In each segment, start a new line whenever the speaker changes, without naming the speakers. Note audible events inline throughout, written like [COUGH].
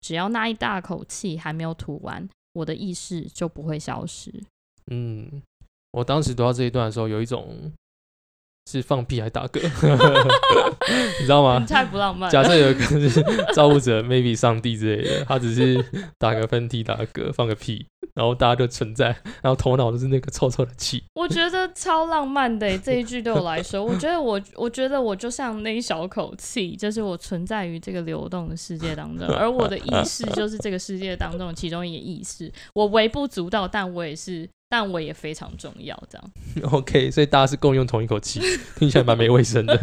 只要那一大口气还没有吐完，我的意识就不会消
[LAUGHS]
失。
嗯，我当时读到这一段的时候，有一种是放屁还打嗝， [LAUGHS] 你知道吗？
太不浪漫
假
了。
设有一个是造物者，maybe 上帝之类的，他只是打个喷嚏、打个嗝、放个屁，然后大家就存在，然后头脑都是那个臭臭的气。
我觉得超浪漫的耶欸这一句对我来说，我觉得我我觉得我就像那一小口气，就是我存在于这个流动的世界当中，而我的意识就是这个世界当中的其中一个意识。我微不足道，但我也是，但我也非常重要。这样
[LAUGHS] OK，所以大家是共用同一口气， [LAUGHS] 听起来蛮没卫生的。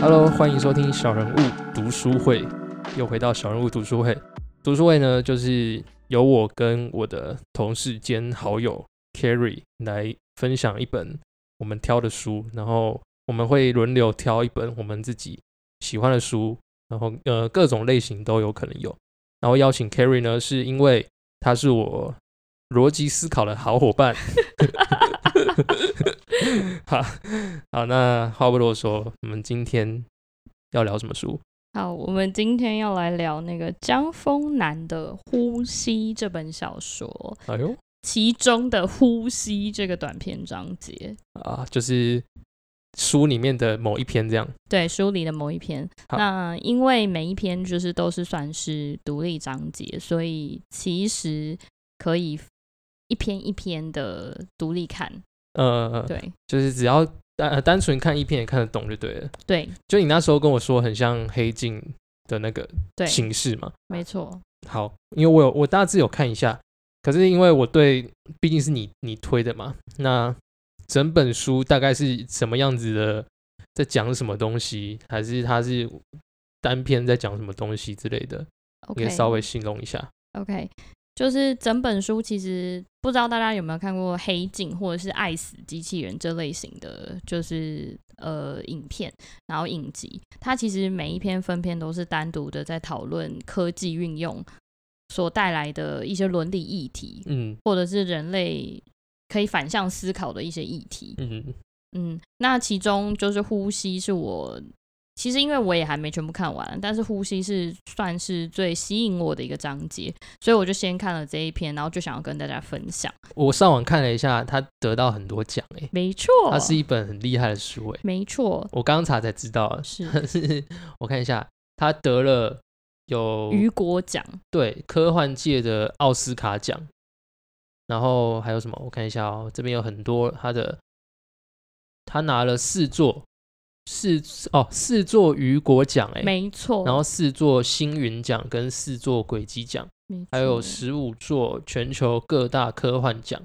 Hello，欢迎收听小人物读书会，又回到小人物读书会。读书会呢，就是由我跟我的同事兼好友 Carry 来分享一本我们挑的书，然后我们会轮流挑一本我们自己喜欢的书，然后呃各种类型都有可能有。然后邀请 Carry 呢，是因为他是我逻辑思考的好伙伴。 [LAUGHS] 好好，那话不多说，我们今天要聊什么书？
好，我们今天要来聊那个张丰南的《呼吸》这本小说，
哎呦
其中的《呼吸》这个短篇章节，
啊，就是书里面的某一篇这样。
对书里的某一篇。
好
那因为每一篇就是都是算是独立章节，所以其实可以一篇一篇的独立看。
呃，
对
就是只要单、呃、单纯看一篇也看得懂就对了。
对
就你那时候跟我说，很像《黑镜》的那个
对，
形式嘛。
没错。
好，因为我有我大致有看一下，可是因为我对毕竟是你你推的嘛，那整本书大概是什么样子的，在讲什么东西，还是它是单篇在讲什么东西之类的，你可
OK，
以稍微形容一下。
OK，就是整本书其实不知道大家有没有看过《黑镜》或者是《爱死机器人》这类型的，就是呃影片，然后影集，它其实每一篇分篇都是单独的在讨论科技运用所带来的一些伦理议题，
嗯
或者是人类可以反向思考的一些议题。
嗯
嗯，那其中就是呼吸是我，其实因为我也还没全部看完，但是呼吸是算是最吸引我的一个章节，所以我就先看了这一篇，然后就想要跟大家分享。
我上网看了一下，它得到很多奖诶、
没错，
它是一本很厉害的书诶、
没错，
我刚刚查才知道，
是
[LAUGHS] 是我看一下，它得了有
雨果奖，
对，科幻界的奥斯卡奖，然后还有什么？我看一下哦，这边有很多他的，他拿了四座，四哦四座雨果奖哎，
没错，
然后四座星云奖跟四座轨迹奖，
没错
还有十五座全球各大科幻奖，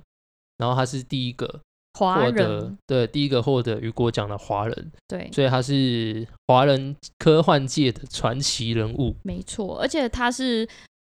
然后他是第一个
华
获得
人，
对第一个获得雨果奖的华人，
对，
所以他是华人科幻界的传奇人物。
没错，而且它是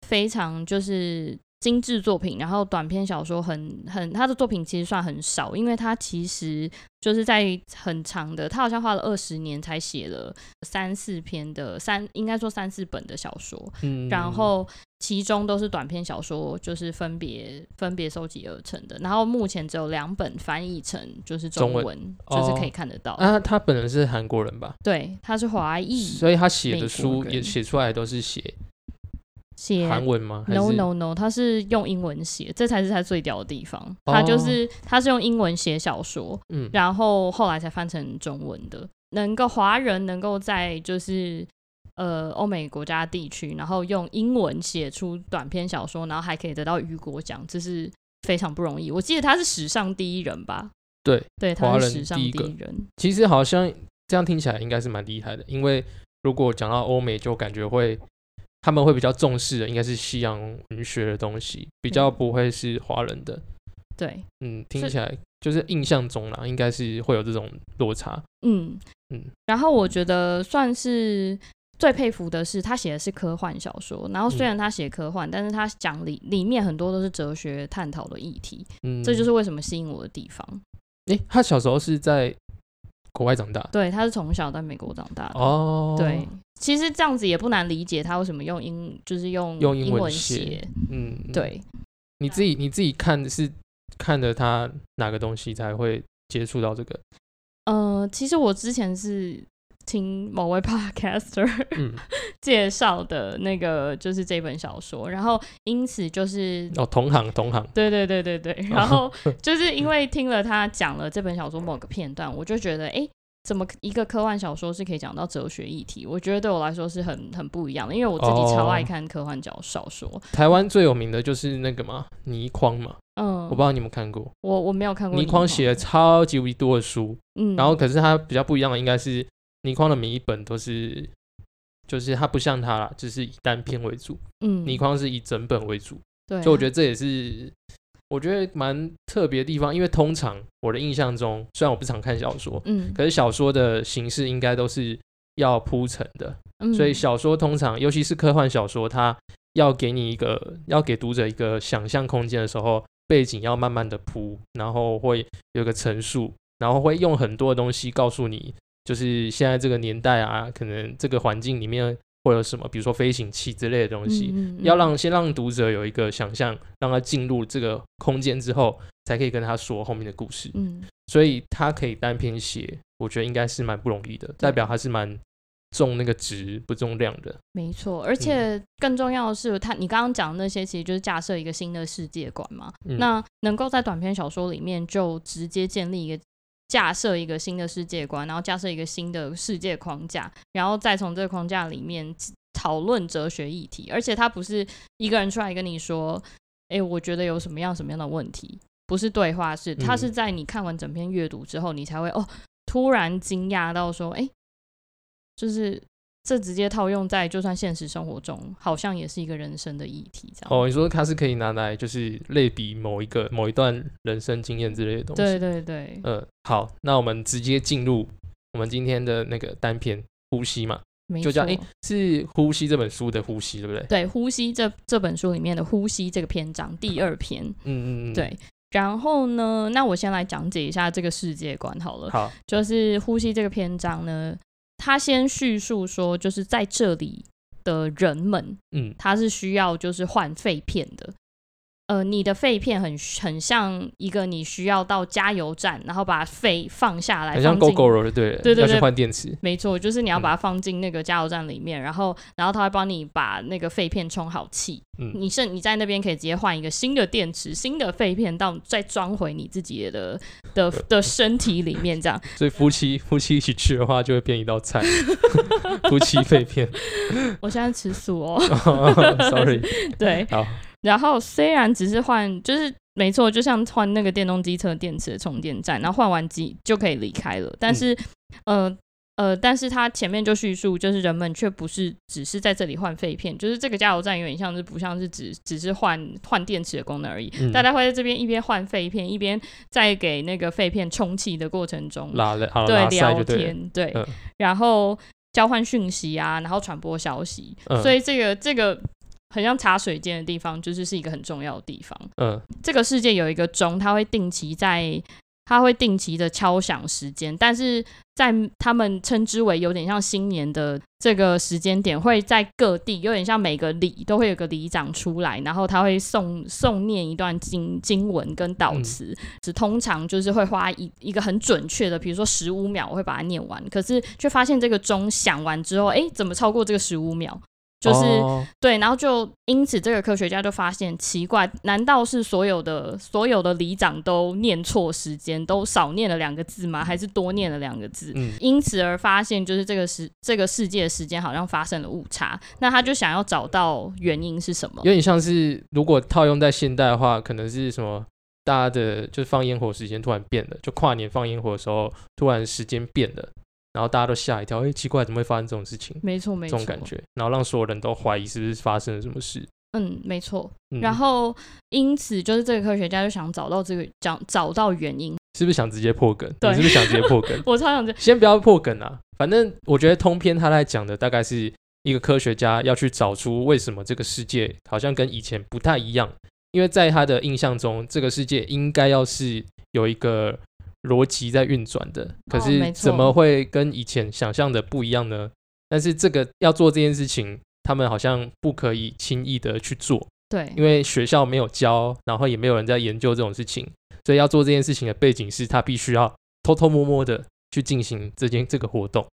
非常就是精致作品，然后短篇小说很很，他的作品其实算很少，因为他其实就是在很长的，他好像花了二十年才写了三四篇的三，应该说三四本的小说，
嗯，
然后其中都是短篇小说，就是分别分别收集而成的，然后目前只有两本翻译成就是中
中文
文，就是可以
哦
看得到，
啊，他本人是韩国人吧？
对，他是华裔
所以他写
美
的
国
书也
人
写出来都是写
写
韩文吗？还
No
是
no no，他是用英文写，这才是他最屌的地方。他
哦
就是、他是用英文写小说，
嗯，
然后后来才翻成中文的。能够华人能够在就是呃欧美国家地区，然后用英文写出短篇小说，然后还可以得到雨果奖，这是非常不容易。我记得他是史上第一人吧？
对，
对，
华
他是
人
史上
第一
第
个
一人。
其实好像这样听起来应该是蛮厉害的，因为如果讲到欧美，就感觉会他们会比较重视的应该是西洋文学的东西，比较
嗯
不会是华人的。
对，
嗯，听
是
起来就是印象中啦，应该是会有这种落差。
嗯
嗯
然后我觉得算是最佩服的是，他写的是科幻小说。然后
嗯
虽然他写科幻，但是他讲里里面很多都是哲学探讨的议题，
嗯，
这就是为什么吸引我的地方。
诶，他小时候是在国外长大
对，他是从小在美国长大的。
哦，
啊对，其实这样子也不难理解他为什么用英，就是用
用英
英
文
文
写
写。
嗯，嗯，
对，
你自己你自己看是看了他哪个东西才会接触到这个？
呃，其实我之前是听某位 [LAUGHS] podcaster
嗯，
介绍的那个，就是这本小说，然后因此就是
哦，同行同行，
对对对对对，
[LAUGHS]
然后就是因为听了他讲了这本小说某个片段，我就觉得，哎，怎么一个科幻小说是可以讲到哲学议题？我觉得对我来说是很很不一样的，因为我自己超爱
哦
看科幻小小
[LAUGHS]
说。
台湾最有名的就是那个嘛，倪匡嘛，
嗯，
我不知道你们看过，
我我没有看过
倪匡写了，超级无敌多的书，
嗯，
然后可是他比较不一样的应该是倪匡的每一本都是，就是他不像他啦，就是以单篇为主，
嗯，
倪匡是以整本为主，
对，啊
所以我觉得这也是我觉得蛮特别的地方，因为通常我的印象中，虽然我不常看小说，
嗯，
可是小说的形式应该都是要铺陈的，
嗯
所以小说通常，尤其是科幻小说，它要给你一个要给读者一个想象空间的时候，背景要慢慢的铺，然后会有个陈述，然后会用很多的东西告诉你，就是现在这个年代啊，可能这个环境里面会有什么，比如说飞行器之类的东西，
嗯嗯嗯
要让先让读者有一个想象，让他进入这个空间之后，才可以跟他说后面的故事。
嗯
所以他可以单篇写，我觉得应该是蛮不容易的，代表他是蛮重那个值不重量的。
没错，而
嗯
且更重要的是，他你刚刚讲的那些，其实就是架设一个新的世界观嘛。
嗯
那能够在短篇小说里面就直接建立一个架设一个新的世界观，然后架设一个新的世界框架，然后再从这个框架里面嗯讨论哲学议题，而且他不是一个人出来跟你说，哎、我觉得有什么样什么样的问题，不是对话式，他
嗯
是在你看完整篇阅读之后，你才会哦，突然惊讶到说，哎、就是。这直接套用在就算现实生活中，好像也是一个人生的议题，这样。
哦，你说他是可以拿来就是类比某一个某一段人生经验之类的东西。
对对对，
呃，好，那我们直接进入我们今天的那个单篇《呼吸》嘛，
没
就叫
错
诶是《呼吸》这本书的《呼吸》，对不对？
对，《呼吸这》这本书里面的《呼吸》这个篇章第二篇，
嗯嗯嗯，。
对。然后呢，那我先来讲解一下这个世界观好了。
好，
就是《呼吸》这个篇章呢，它先叙述说，就是在这里的人们，
嗯
他是需要就是换肺片的。呃，你的肺片很很像一个你需要到加油站，然后把肺放下来，
很像
放进
GoGo 就对了，
对对
要去
对
换电池。
没错，就是你要
嗯
把它放进那个加油站里面，然后然后它会帮你把那个废片充好气。
嗯
你是你在那边可以直接换一个新的电池、新的废片到再装回你自己的的的身体里面，这样。
所以夫
[LAUGHS]
妻夫妻一起去的话，就会变一道菜， [LAUGHS] 夫妻肺片。 [LAUGHS]
我现在吃素哦，
Sorry，
对。
好，
然后虽然只是换，就是没错，就像换那个电动机车电池的充电站，然后换完机就可以离开了。但是，呃呃，但是它前面就叙述，就是人们却不是只是在这里换废片，就是这个加油站有点像是不像是只只是换换电池的功能而已。
嗯
大家会在这边一边换废片，一边在给那个废片充气的过程中，
拉了，好了，
对
拉塞
聊
就对了。
天，对，
嗯
然后交换讯息啊，然后传播消息，
嗯
所以这个这个很像茶水间的地方，就是是一个很重要的地方。
嗯，
这个世界有一个钟，它会定期在。它会定期的敲响时间，但是在他们称之为有点像新年的这个时间点，会在各地有点像每个里都会有个里长出来，然后他会诵诵念一段经经文跟祷
嗯
词，只通常就是会花一一个很准确的，比如说十五秒，我会把它念完，可是却发现这个钟响完之后，诶，怎么超过这个十五秒？就是、
哦
对，然后就因此这个科学家就发现奇怪，难道是所有的所有的里长都念错时间，都少念了两个字吗？还是多念了两个字？
嗯
[LAUGHS] 因此而发现，就是这个时这个世界的时间好像发生了误差，那他就想要找到原因是什么
有？点像是如果套用在现代的话，可能是什么？大家的就是放烟火时间突然变了，就跨年放烟火的时候突然时间变了，然后大家都吓一跳，哎、奇怪，怎么会发生这种事情？
没错，没错，
这种感觉，然后让所有人都怀疑是不是发生了什么事。
嗯，没错。
嗯、
然后因此就是这个科学家就想找到这个找找到原因。
是不是想直接破梗？你
对
是不是想直接破梗？
我超想这，
先不要破梗啊，反正我觉得通篇他在讲的大概是一个科学家要去找出为什么这个世界好像跟以前不太一样，因为在他的印象中，这个世界应该要是有一个逻辑在运转的，可
哦
是
没错
怎么会跟以前想象的不一样呢？但是这个要做这件事情，他们好像不可以轻易的去做，
对
因为学校没有教，然后也没有人在研究这种事情，所以要做这件事情的背景是他必须要偷偷摸摸的去进行这件这个活动。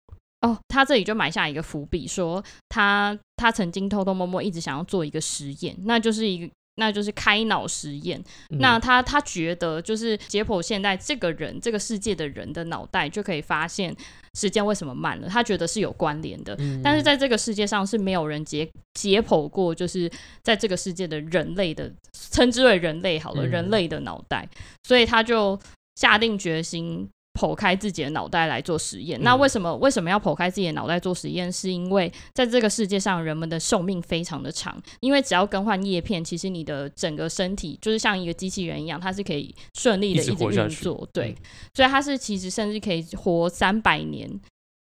哦，他这里就埋下一个伏笔，说他他曾经偷偷摸摸一直想要做一个实验，那就是一个那就是开脑实验。
嗯
那他他觉得就是解剖现代这个人这个世界的人的脑袋就可以发现时间为什么慢了，他觉得是有关联的。
嗯
但是在这个世界上是没有人解解剖过，就是在这个世界的人类的称之为人类好了，
嗯
人类的脑袋，所以他就下定决心剖开自己的脑袋来做实验。
嗯
那为什么为什么要剖开自己的脑袋做实验？是因为在这个世界上，人们的寿命非常的长，因为只要更换叶片，其实你的整个身体就是像一个机器人一样，它是可以顺利的
一直
一直
活下
运
去
作。对，
嗯
所以它是其实甚至可以活三百年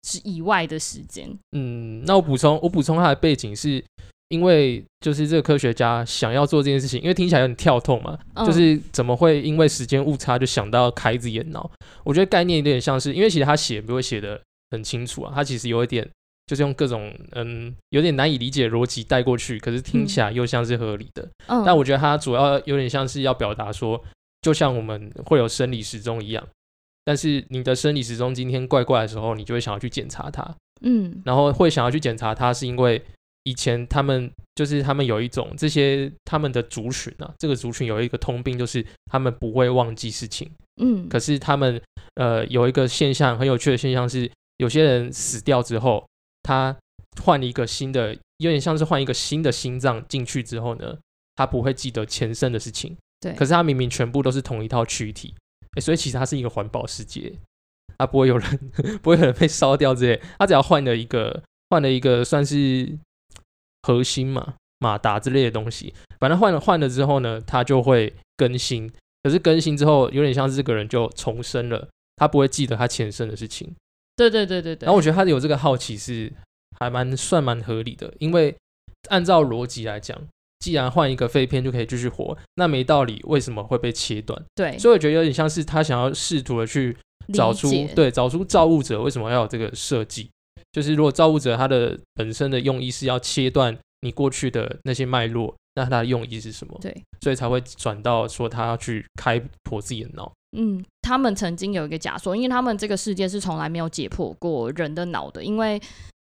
之以外的时间。
嗯，那我补充，我补充他的背景是因为就是这个科学家想要做这件事情，因为听起来有点跳痛嘛，
嗯
就是怎么会因为时间误差就想到开自己的脑？我觉得概念有点像是，因为其实他写不会写的很清楚啊，他其实有一点就是用各种嗯有点难以理解的逻辑带过去，可是听起来又像是合理的。
嗯，
但我觉得它主要有点像是要表达说，就像我们会有生理时钟一样，但是你的生理时钟今天怪怪的时候，你就会想要去检查它。
嗯
然后会想要去检查它，是因为以前他们就是他们有一种这些他们的族群啊，这个族群有一个通病，就是他们不会忘记事情。
嗯，
可是他们呃有一个现象很有趣的现象是，有些人死掉之后，他换一个新的，有点像是换一个新的心脏进去之后呢，他不会记得前身的事情。
对
可是他明明全部都是同一套躯体，诶所以其实它是一个环保世界，它不会有人 [LAUGHS] 不会有人被烧掉之类，它只要换了一个换了一个算是核心嘛马达之类的东西，反正换了换了之后呢，它就会更新。可是更新之后，有点像是这个人就重生了，他不会记得他前身的事情。
对对对对对。
然后我觉得他有这个好奇是还蛮算蛮合理的，因为按照逻辑来讲，既然换一个废片就可以继续活，那没道理为什么会被切断？
对，
所以我觉得有点像是他想要试图的去找
理
出
解
对找出造物者为什么要有这个设计，就是如果造物者他的本身的用意是要切断你过去的那些脉络，那他的用意是什么？
对，
所以才会转到说他要去开破自己的脑。
嗯，他们曾经有一个假说，因为他们这个世界是从来没有解剖过人的脑的，因为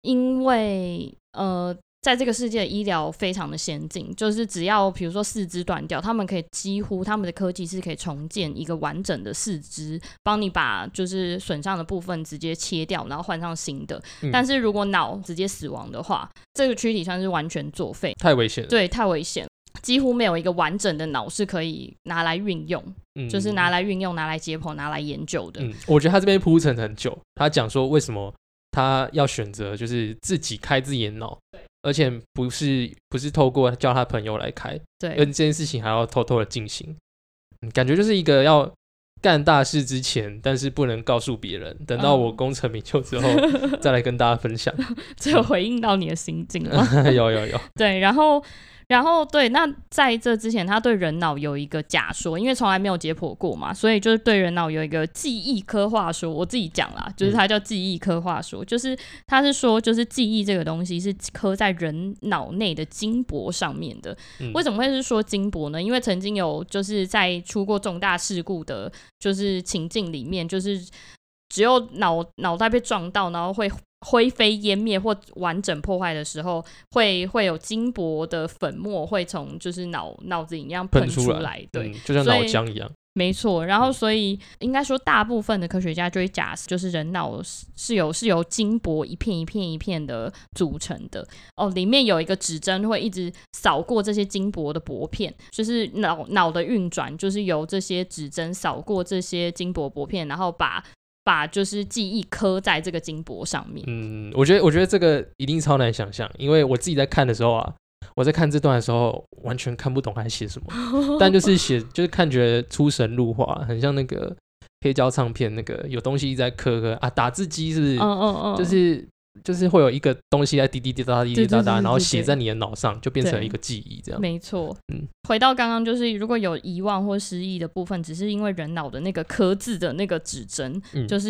因为呃，在这个世界的医疗非常的先进，就是只要比如说四肢断掉，他们可以几乎他们的科技是可以重建一个完整的四肢，帮你把就是损伤的部分直接切掉，然后换上新的。
嗯
但是如果脑直接死亡的话，这个躯体算是完全作废，
太危险了，
对，太危险了。几乎没有一个完整的脑是可以拿来运用，
嗯
就是拿来运用、拿来解剖、拿来研究的。
嗯，我觉得他这边铺陈很久，他讲说为什么他要选择就是自己开自己的脑，而且不是不是透过叫他朋友来开，而
对
这件事情还要偷偷的进行，嗯，感觉就是一个要干大事之前，但是不能告诉别人，等到
嗯
我功成名就之后、
[LAUGHS]
再来跟大家分享。
这
嗯
有回应到你的心境
[LAUGHS]
吗？
有有有，
对，然后，然后对，那在这之前，他对人脑有一个假说，因为从来没有解剖过嘛，所以就是对人脑有一个记忆科话说。我自己讲啦，就是
嗯
它叫记忆科话说，就是他是说，就是记忆这个东西是刻在人脑内的筋膜上面的。
嗯
为什么会是说筋膜呢？因为曾经有就是在出过重大事故的，就是情境里面，就是只有脑脑袋被撞到，然后会灰飞烟灭或完整破坏的时候，会会有筋膜的粉末会从就是脑脑子里那样
喷
出
出来
对，
嗯，就像
所
脑
以
浆一样，
没错。然后
嗯
所以应该说，大部分的科学家就会假设，就是人脑是是有是由筋膜一片一片一片的组成的哦，里面有一个指针会一直扫过这些筋膜的薄片，就是脑脑的运转就是由这些指针扫过这些筋膜薄片，然后把把就是记忆刻在这个筋膜上面。
嗯，我觉得我觉得这个一定超难想象，因为我自己在看的时候啊，我在看这段的时候完全看不懂他在写什么。 [LAUGHS]
[LAUGHS]
但就是写，就是看觉得出神入化，很像那个黑胶唱片那个有东西一直在磕磕啊，打字机是不是？
嗯嗯嗯，
就是就是会有一个东西在滴滴滴答滴滴
对对
答
对
答，
对
然后
对
写在你的脑上，就变成
对
一个记忆这样。
没错，
嗯
回到刚刚，就是如果有遗忘或失忆的部分，只是因为人脑的那个刻字的那个指针，
嗯
就是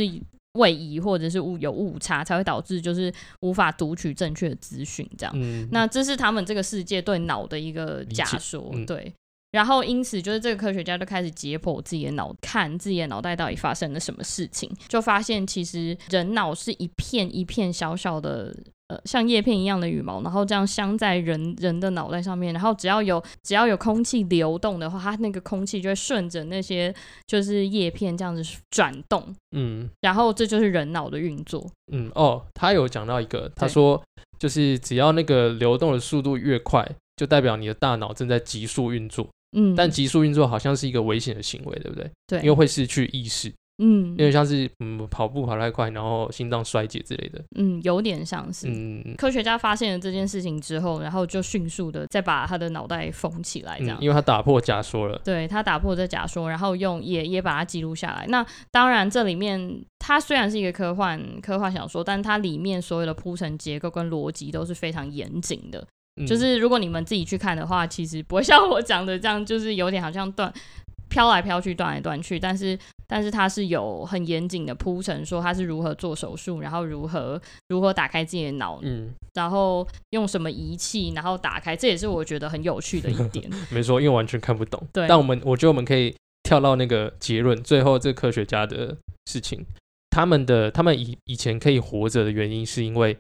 位移或者是误有误差，才会导致就是无法读取正确的资讯这样。
嗯，
那这是他们这个世界对脑的一个假说，
理解嗯
对。然后，因此就是这个科学家就开始解剖自己的脑，看自己的脑袋到底发生了什么事情，就发现其实人脑是一片一片小小的。呃，像叶片一样的羽毛，然后这样镶在人人的脑袋上面，然后只要有只要有空气流动的话，它那个空气就会顺着那些就是叶片这样子转动，
嗯
然后这就是人脑的运作。
嗯哦，他有讲到一个，他
对
说就是只要那个流动的速度越快，就代表你的大脑正在急速运作，
嗯，
但急速运作好像是一个危险的行为，对不对？
对，
因为会失去意识，
嗯
因为像是嗯跑步跑太快，然后心脏衰竭之类的，
嗯有点像是，
嗯，
科学家发现了这件事情之后，然后就迅速的再把他的脑袋缝起来，这样。
嗯，因为他打破假说了，
对他打破这假说，然后用也也把它记录下来。那当然，这里面它虽然是一个科幻科幻小说，但它里面所有的铺陈结构跟逻辑都是非常严谨的。
嗯
就是如果你们自己去看的话，其实不会像我讲的这样，就是有点好像断飘来飘去、断来断去。但是，但是它是有很严谨的铺陈，说他是如何做手术，然后如何如何打开自己的脑，
嗯，
然后用什么仪器，然后打开，这也是我觉得很有趣的一
[LAUGHS]
点。
没错，因为完全看不懂。
对
但我们我觉得我们可以跳到那个结论，最后这个科学家的事情，他们的他们以以前可以活着的原因，是因为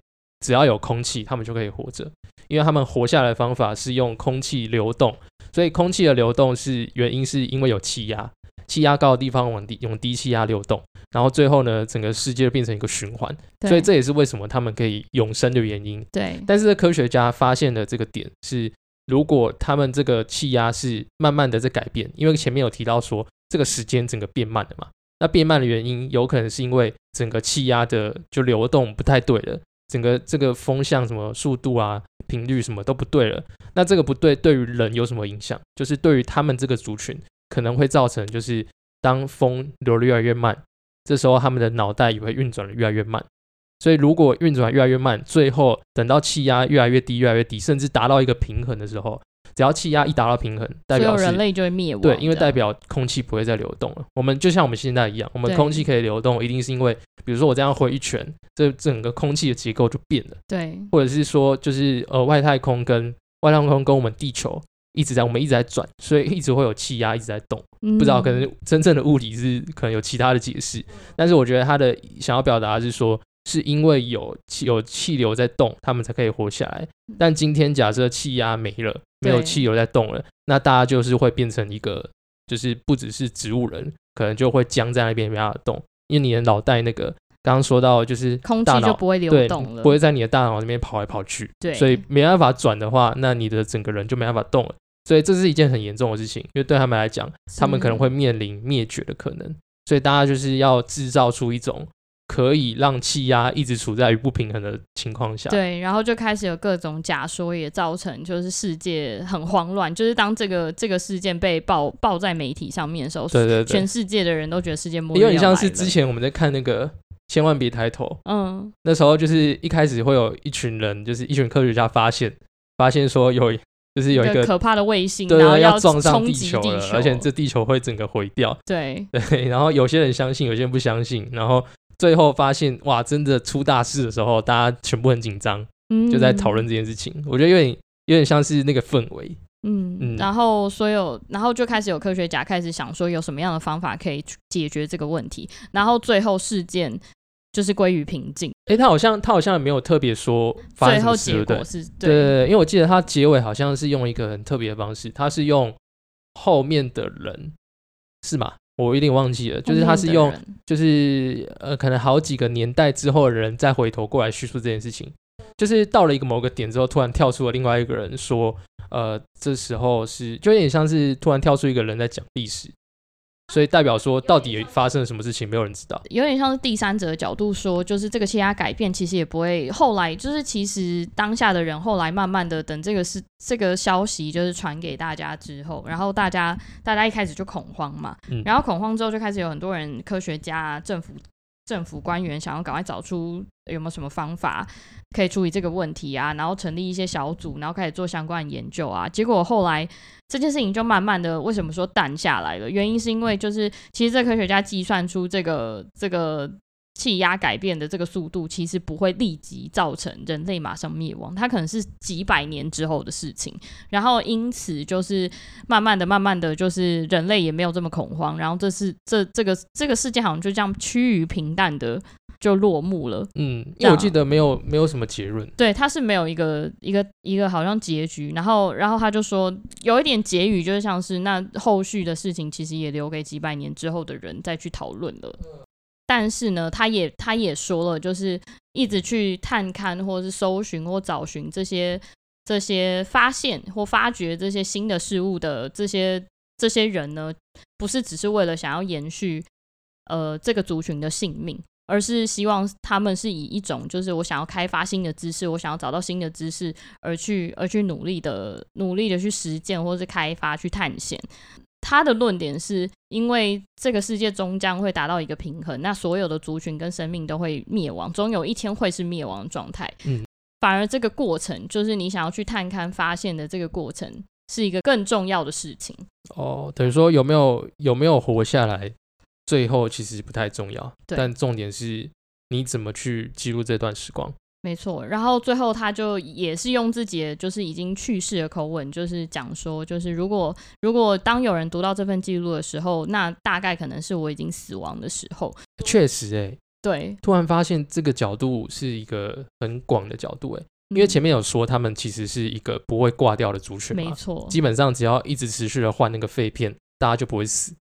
只要有空气，他们就可以活着，因为他们活下来的方法是用空气流动，所以空气的流动是原因是因为有气压。气压高的地方往低用低气压流动，然后最后呢，整个世界变成一个循环，
对
所以这也是为什么他们可以永生的原因。
对
但是科学家发现的这个点是，如果他们这个气压是慢慢的在改变，因为前面有提到说这个时间整个变慢了嘛，那变慢的原因有可能是因为整个气压的就流动不太对了，整个这个风向什么速度啊、频率什么都不对了。那这个不对对于人有什么影响？就是对于他们这个族群可能会造成，就是当风流得越来越慢，这时候他们的脑袋也会运转的越来越慢。所以如果运转越来越慢，最后等到气压越来越低、越来越低，甚至达到一个平衡的时候，只要气压一达到平衡，代
所有
表是
人类就会灭亡。
对，因为
这
代
样
表空气不会再流动了。我们就像我们现在一样，我们
对
空气可以流动，一定是因为，比如说我这样挥一拳，这整个空气的结构就变了，
对
或者是说，就是呃外太空跟外太空跟我们地球一直在我们一直在转，所以一直会有气压一直在动。
不
不知道，可能真正的物理是可能有其他的解释，
嗯
但是我觉得他的想要表达的是说，是因为有气有气流在动，他们才可以活下来。但今天假设气压没了，没
对
有气流在动了，那大家就是会变成一个，就是不只是植物人，可能就会僵在那边没办法动，因为你的脑袋那个刚刚说到就是
空
大
气就
脑
不会流
对
动了，
不会在你的大脑那边跑来跑去，
对，
所以没办法转的话，那你的整个人就没办法动了。所以这是一件很严重的事情，因为对他们来讲，他们
嗯
可能会面临灭绝的可能。所以大家就是要制造出一种可以让气压一直处在于不平衡的情况下。，
对，然后就开始有各种假说，也造成就是世界很慌乱。就是当这个这个事件被爆爆在媒体上面的时候，
对对对
全，世界的人都觉得世界末日
有点
要
像
来
是
了
之前我们在看那个《千万别抬头》，
嗯，
那时候就是一开始会有一群人，就是一群科学家发现，发现说有就是有一个
可怕的卫星，
对
然后
对要撞上
冲
地
击
球了，而且这地球会整个毁掉。
对
对，然后有些人相信，有些人不相信，然后最后发现哇，真的出大事的时候，大家全部很紧张， [LAUGHS] 就在讨
嗯
论这件事情。我觉得有点有点像是那个氛围，嗯
嗯，然后所有，然后就开始有科学家开始想说有什么样的方法可以去解决这个问题，然后最后事件就是归于平静，
诶，他好像他好像没有特别说发生
最
什么
后
事，
结
对
果
不对？
是
对对对，因为我记得他结尾好像是用一个很特别的方式，他是用后面的人是吗？我有点忘记了，就是他是
后
用
面的人
就是呃，可能好几个年代之后的人再回头过来叙述这件事情，就是到了一个某个点之后，突然跳出了另外一个人说，呃，这时候是就有点像是突然跳出一个人在讲历史，所以代表说到底发生了什么事情，没有人知道。
有点像是第三者的角度说，就是这个气压改变其实也不会，后来就是其实当下的人后来慢慢的等这个是这个消息就是传给大家之后，然后大家大家一开始就恐慌嘛，
嗯
然后恐慌之后就开始有很多人科学家啊、政府政府官员想要赶快找出有没有什么方法可以处理这个问题啊，然后成立一些小组，然后开始做相关的研究啊。结果后来这件事情就慢慢的，为什么说淡下来了？原因是因为就是其实这科学家计算出这个这个气压改变的这个速度，其实不会立即造成人类马上灭亡，它可能是几百年之后的事情。然后因此就是慢慢的、慢慢的，就是人类也没有这么恐慌，然后这是这这个这个世界好像就这样趋于平淡的就落幕了。
嗯，
这
因为
样
我记得没有没有什么结论，
对，他是没有一个一个一个好像结局，然后然后他就说有一点结语，就是像是那后续的事情其实也留给几百年之后的人再去讨论了。但是呢，他也他也说了，就是一直去探勘或是搜寻或找寻这些这些发现或发掘这些新的事物的这些这些人呢，不是只是为了想要延续呃这个族群的性命，而是希望他们是以一种就是我想要开发新的知识，我想要找到新的知识而去而去努力的努力的去实践或是开发去探险。他的论点是因为这个世界终将会达到一个平衡，那所有的族群跟生命都会灭亡，总有一天会是灭亡的状态。
嗯，
反而这个过程，就是你想要去探勘发现的这个过程，是一个更重要的事情。
哦，等于说有没有有没有活下来，最后其实不太重要，
对
但重点是你怎么去记录这段时光。
没错，然后最后他就也是用自己的就是已经去世的口吻，就是讲说，就是如果如果当有人读到这份记录的时候，那大概可能是我已经死亡的时候。
确实、欸，哎，
对，
突然发现这个角度是一个很广的角度、欸，哎，因为前面有说他们其实是一个不会挂掉的族群
嗯没
嘛，
错，
基本上只要一直持续的换那个废片，大家就不会死。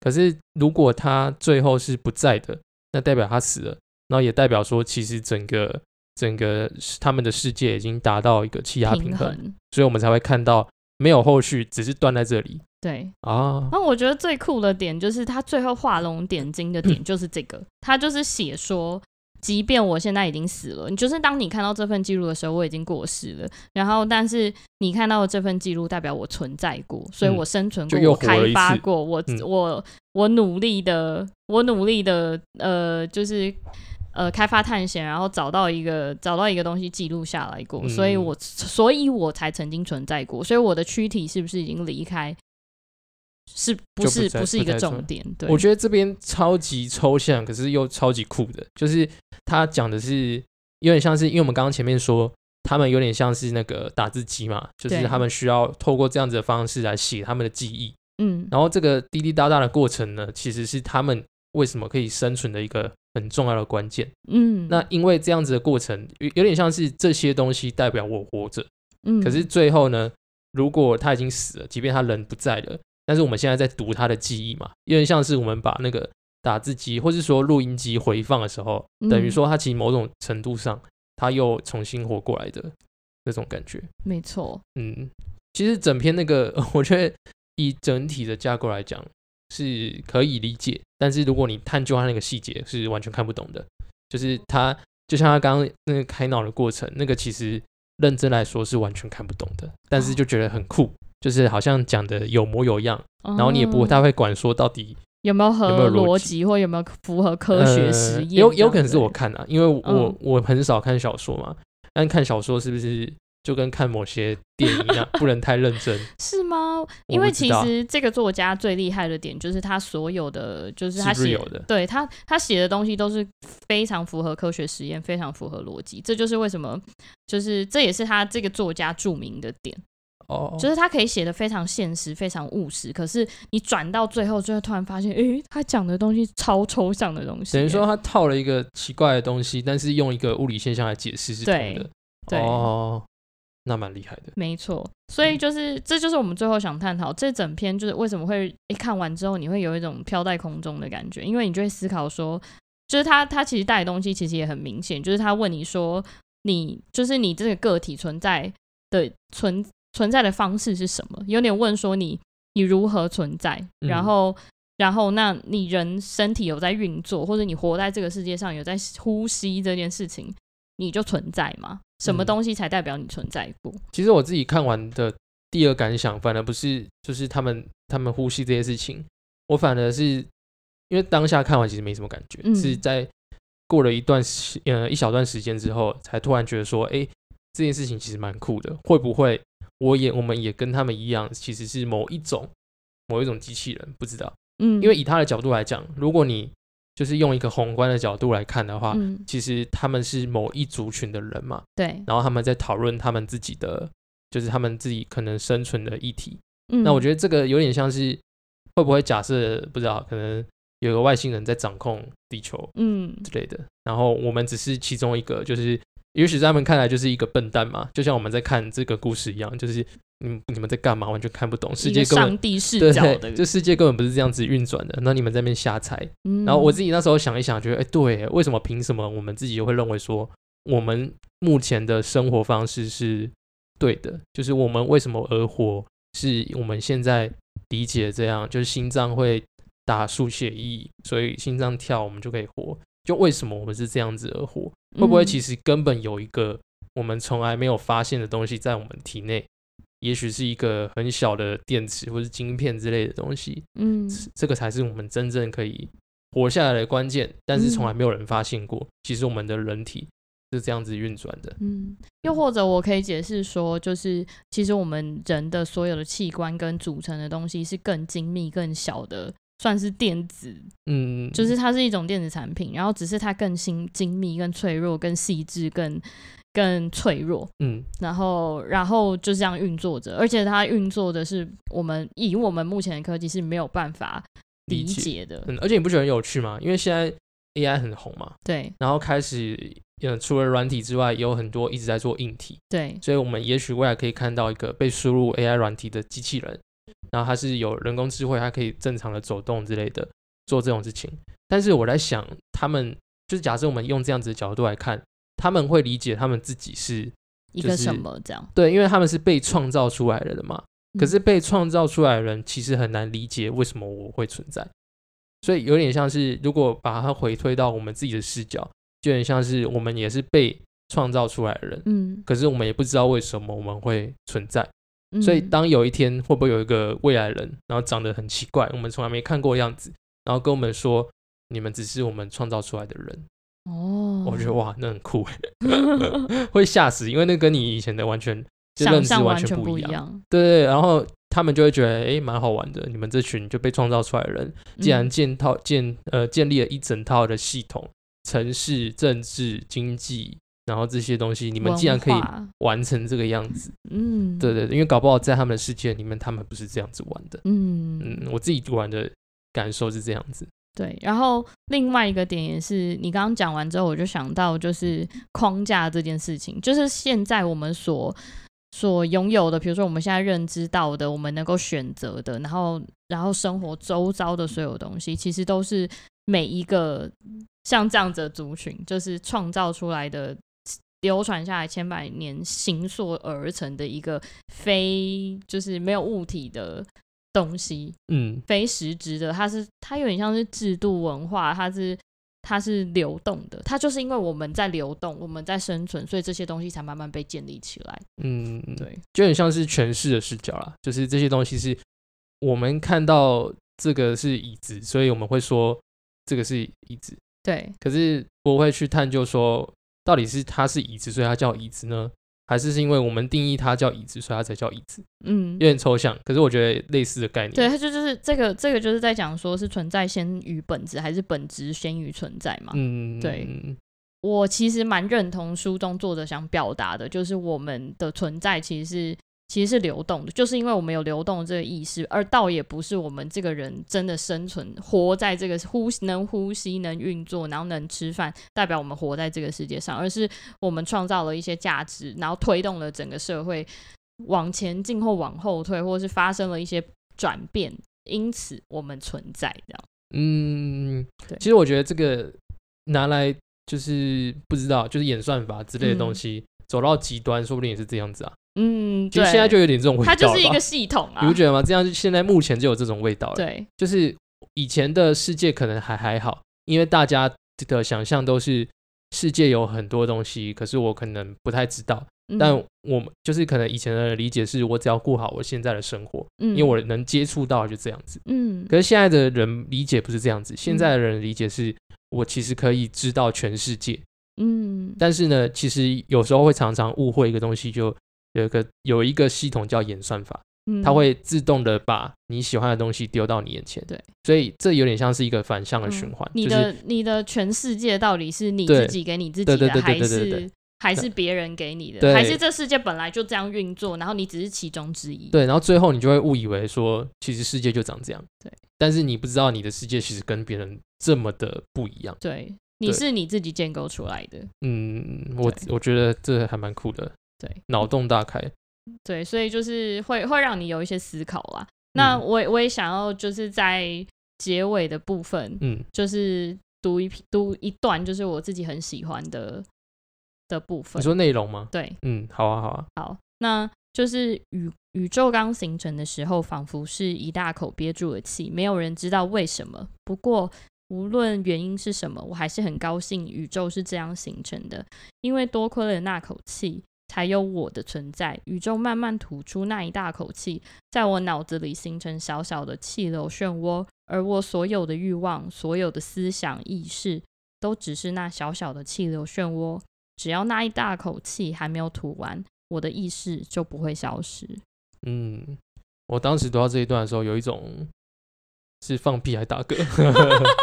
可是如果他最后是不在的，那代表他死了，然后也代表说，其实整个整个他们的世界已经达到一个气压平
平
衡，
衡。
所以我们才会看到没有后续，只是断在这里
对，
啊。
那我觉得最酷的点就是他最后画龙点睛的点就是这个，他就是写说，即便我现在已经死了，你就是当你看到这份记录的时候，我已经过世了，然后但是你看到的这份记录代表我存在过，所以我生存过，
嗯就又
我
活了一次
开发过，我、
嗯
我我努力的，我努力的，呃，就是。呃，开发探险，然后找到一个找到一个东西记录下来过，
嗯
所以我所以我才曾经存在过，所以我的躯体是不是已经离开？是不
就是不再
是一
不
个
再存
重点？对，
我觉得这边超级抽象，可是又超级酷的，就是他讲的是有点像是，因为我们刚刚前面说。他们有点像是那个打字机嘛，就是
对
他们需要透过这样子的方式来写他们的记忆，
嗯，
然后这个滴滴答答的过程呢，其实是他们为什么可以生存的一个很重要的关键。
嗯，
那因为这样子的过程，有有点像是这些东西代表我活着。
嗯，
可是最后呢，如果他已经死了，即便他人不在了，但是我们现在在读他的记忆嘛，有点像是我们把那个打字机或是说录音机回放的时候，等于
嗯
说他其实某种程度上他又重新活过来的那种感觉。
没错，
嗯，其实整篇那个， [LAUGHS] 我觉得以整体的架构来讲是可以理解，但是如果你探究它那个细节，是完全看不懂的。就是它，就像他刚刚那个开脑的过程，那个其实认真来说是完全看不懂的，但是就觉得很酷，就是好像讲的有模有样，
然
然后你也不太会管说到底
哦有没有合
有没有逻
逻
辑
辑或有没有符合科学实验
呃
这样子，
有有可能是我看啊，因为我、
嗯
我很少看小说嘛，但看小说是不是就跟看某些电影
[LAUGHS]
一样，不能太认真？
是吗？因为其实这个作家最厉害的点就是他所有的，就是他
是不是
写
有的
对他他写的东西都是非常符合科学实验，非常符合逻辑。这就是为什么，就是这也是他这个作家著名的点，
哦，
就是他可以写的非常现实、非常务实。可是你转到最后，就会突然发现，诶、他讲的东西超抽象的东西。
等于说，他套了一个奇怪的东西，但是用一个物理现象来解释是通的。
对
哦，那蛮厉害的。嗯
没错，所以就是、这就是我们最后想探讨这整篇，就是为什么会一看完之后你会有一种飘在空中的感觉，因为你就会思考说，就是他他其实带的东西其实也很明显，就是他问你说你就是你这个个体存在的存存在的方式是什么，有点问说你你如何存在，
嗯
然后。然后，那你人身体有在运作，或者你活在这个世界上有在呼吸这件事情，你就存在吗？什么
嗯
东西才代表你存在过？
其实我自己看完的第二感想，反而不是就是他们他们呼吸这些事情，我反而是因为当下看完其实没什么感觉，
嗯
是在过了一段时呃一小段时间之后，才突然觉得说，哎，这件事情其实蛮酷的，会不会我也我们也跟他们一样，其实是某一种某一种机器人，不知道。
嗯，
因为以他的角度来讲，如果你就是用一个宏观的角度来看的话，
嗯，
其实他们是某一族群的人嘛，
对，
然后他们在讨论他们自己的，就是他们自己可能生存的议题。
嗯，
那我觉得这个有点像是会不会假设不知道，可能有个外星人在掌控地球
得，嗯，
之类的，然后我们只是其中一个，就是也许在他们看来就是一个笨蛋嘛，就像我们在看这个故事一样，就是你们你们在干嘛，完全看不懂，世
一
界
个
根本
上帝视
对
角
对，
的，
这世界根本不是这样子运转的，那你们在那边瞎猜。
嗯
然后我自己那时候想一想，觉得哎、诶对，为什么凭什么我们自己会认为说我们目前的生活方式是对的？就是我们为什么而活，是我们现在理解这样，就是心脏会打输血液，所以心脏跳我们就可以活。就为什么我们是这样子而活？会不会其
实
实根本有一个我们从来没有发现的东西在我们体内？也许是一个很小的电池或是晶片之类的东西，
嗯
这个才是我们真正可以活下来的关键。但是从
嗯
来没有人发现过，其实我们的人体是这样子运转的。
嗯，又或者我可以解释说，就是其实我们人的所有的器官跟组成的东西是更精密、更小的，算是电子，
嗯，
就是它是一种电子产品，然后只是它更新、精密、更脆弱、更细致、更更脆弱，
嗯
然后然后就这样运作着，而且它运作的是我们以我们目前的科技是没有办法
理
理
解
解的，
嗯，而且你不觉得很有趣吗？因为现在 AI 很红嘛，
对
然后开始嗯，除了软体之外，也有很多一直在做硬体，
对，
所以我们也许未来可以看到一个被输入 AI 软体的机器人，然后它是有人工智慧，它可以正常的走动之类的做这种事情。但是我在想，他们就是假设我们用这样子的角度来看，他们会理解他们自己是
一
就
个
是
什么这样，
对，因为他们是被创造出来的人嘛。
嗯
可是被创造出来的人其实很难理解为什么我会存在，所以有点像是如果把它回推到我们自己的视角，就有点像是我们也是被创造出来的人，
嗯，
可是我们也不知道为什么我们会存在。
嗯
所以当有一天会不会有一个未来人，然后长得很奇怪，我们从来没看过的样子，然后跟我们说你们只是我们创造出来的人，
哦，
我觉得哇，那很酷欸，
[LAUGHS]
会吓死，因为那跟你以前的完全就认
想
知
象
完
完
全
全
不
不
一
一
样。
样。
对对，然后他们就会觉得，哎，蛮好玩的。你们这群就被创造出来的人，既然
嗯
建套建呃建立了一整套的系统，城市、政治、经济，然后这些东西，你们既然可以
文化
完成这个样子，
嗯，
对，对，对因为搞不好在他们的世界里面，他们不是这样子玩的。
嗯
嗯，我自己玩的感受是这样子。
对。然后另外一个点也是，你刚刚讲完之后，我就想到就是框架这件事情，就是现在我们所所拥有的，比如说我们现在认知到的，我们能够选择的，然后然后生活周遭的所有东西，其实都是每一个像这样子的族群，就是创造出来的。流传下来千百年形塑而成的一个非就是没有物体的东西，
嗯
非实质的，它是它有点像是制度文化，它是它是流动的，它就是因为我们在流动，我们在生存，所以这些东西才慢慢被建立起来。
嗯，嗯，
对，
就很像是诠释的视角啦，就是这些东西是我们看到这个是椅子，所以我们会说这个是椅子。
对，
可是不会去探究说，到底是它是椅子，所以它叫椅子呢，还是是因为我们定义它叫椅子，所以它才叫椅子？
嗯
有，点抽象，可是我觉得类似的概念。
对，它就就是这个这个就是在讲说是存在先于本质，还是本质先于存在嘛？
嗯，
对
嗯，
我其实蛮认同书中作者想表达的，就是我们的存在其实是其实是流动的，就是因为我们有流动的这个意识，而倒也不是我们这个人真的生存活在这个呼能呼吸、能运作，然后能吃饭，代表我们活在这个世界上，而是我们创造了一些价值，然后推动了整个社会往前进或往后退，或是发生了一些转变，因此我们存在这样。
嗯
对
其实我觉得这个拿来就是不知道，就是演算法之类的东西，走到极端，说不定也是这样子啊。
嗯，
其实
对
现在就有点这种味道
它
了吧，
就是一个系统
你
啊
不，觉得吗？这样现在目前就有这种味道了。
对，
就是以前的世界可能还还好，因为大家的想象都是世界有很多东西，可是我可能不太知道。
嗯
但我们就是可能以前的理解是我只要顾好我现在的生活，
因
因为我能接触到的就这样子。
嗯
可是现在的人理解不是这样子，现在的人理解是我其实可以知道全世界，
嗯，
但是呢，其实有时候会常常误会一个东西，就有一个有一个系统叫演算法，
嗯
它会自动的把你喜欢的东西丢到你眼前。
对，
所以这有点像是一个反向的循环，
嗯你
就是
的你的全世界到底是你
对
自己给你自己
对对
的，
对对
还
对对对
是还是别人给你
对
的，还是这世界本来就这样运作，然后你只是其中之一？
对，然后最后你就会误以为说，其实世界就长这样。
对，
但是你不知道你的世界其实跟别人这么的不一样。
对，你
对
是你自己建构出来的。
嗯，我
对
我觉得这还蛮酷的，
对
脑洞大开。
对，所以就是会会让你有一些思考啦。那
嗯
我也我也想要就是在结尾的部分，
嗯
就是读一篇读一段，就是我自己很喜欢的的部
你
分。
说内容吗？
对，
嗯，好啊，好啊。
好，那就是宇宇宙刚形成的时候，仿佛是一大口憋住的气，没有人知道为什么。不过，无论原因是什么，我还是很高兴宇宙是这样形成的，因为多亏了那口气，才有我的存在。宇宙慢慢吐出那一大口气，在我脑子里形成小小的气流漩涡，而我所有的欲望、所有的思想、意识，都只是那小小的气流漩涡。只要那一大口气还没有吐完，我的意识就不会消
[LAUGHS]
失。
嗯，我当时读到这一段的时候，有一种是放屁还打嗝， [LAUGHS]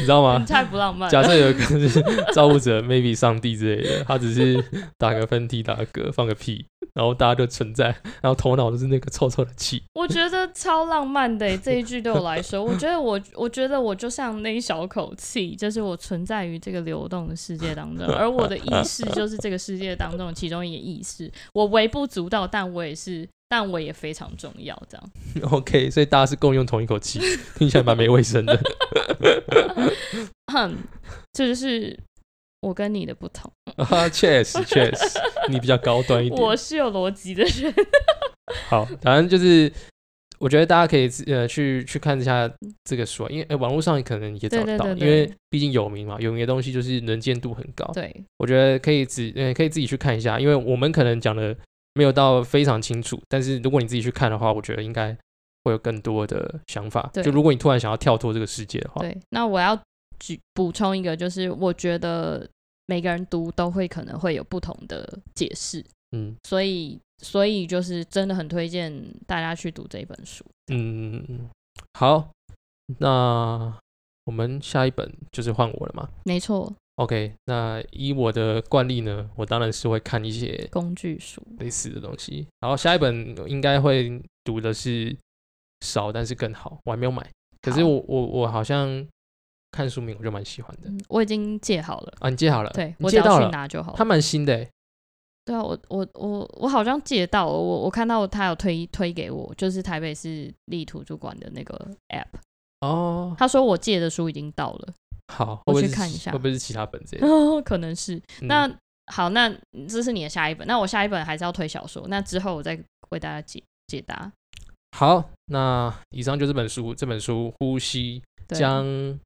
你知道吗
你？太不浪漫
啊假
了。
设有一个是照顾者，maybe 上帝之类的，他只是打个喷嚏、打个嗝、放个屁，然后大家就存在，然后头脑就是那个臭臭的气。
我觉得超浪漫的耶欸这一句对我来说，我觉得我我觉得我就像那一小口气，就是我存在于这个流动的世界当中，而我的意识就是这个世界当中的其中一个意识。我微不足道，但我也是，但我也非常重要。这样，
OK，所以大家是共用同一口气，听起来蛮没卫生的。 [LAUGHS]
哼，这就是我跟你的不同。
啊，确实确实，你比较高端一点。
我是有逻辑的人。
好，反正就是我觉得大家可以自呃去去看一下这个书啊，因为、呃网络上可能也找
对
得
对
到，
对
因
对
为毕竟有名嘛，有名的东西就是能见度很高。
对，
我觉得可以自呃可以自己去看一下，因为我们可能讲的没有到非常清楚，但是如果你自己去看的话，我觉得应该会有更多的想法。
对
就如果你突然想要跳脱这个世界的话，
对，那我要举补充一个，就是我觉得每个人读都会可能会有不同的解释，
嗯
所以所以就是真的很推荐大家去读这一本书。
嗯，嗯好，那我们下一本就是换我了嘛。
没错，
OK，那依我的惯例呢，我当然是会看一些
工具书。
类似的东西。然后下一本应该会读的是少，但是更好。我还没有买，可是
好
我我我好像看书名我就蛮喜欢的
嗯，我已经借好了，
啊。你借好了？
对
你
我只
借
要
到
去
了，
拿就哦好
它
了。
蛮新的欸。
对啊，我我我我好像借到了，我我看到他有推推给我，就是台北市立图书馆的那个 app，
哦。
他说我借的书已经到了，
好，
我
会不会
去
是
看一
其
下
会不会是其他本之类的？
哦，可能是
嗯
[LAUGHS] 那好，那这是你的下一本，那我下一本还是要推小说，那之后我再为大家解解答。
好，那以上就是本书。这本书《呼吸》
对
江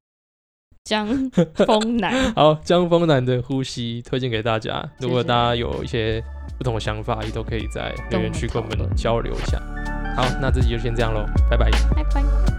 江 [LAUGHS] 风 [LAUGHS]
[LAUGHS]
南，
好，江峰南的呼吸推荐给大家。如果
谢谢
大家有一些不同的想法，也都可以在留言区跟我
跟我们
们
讨论
交流一下。好，那这集就先这样喽，拜拜。
拜拜。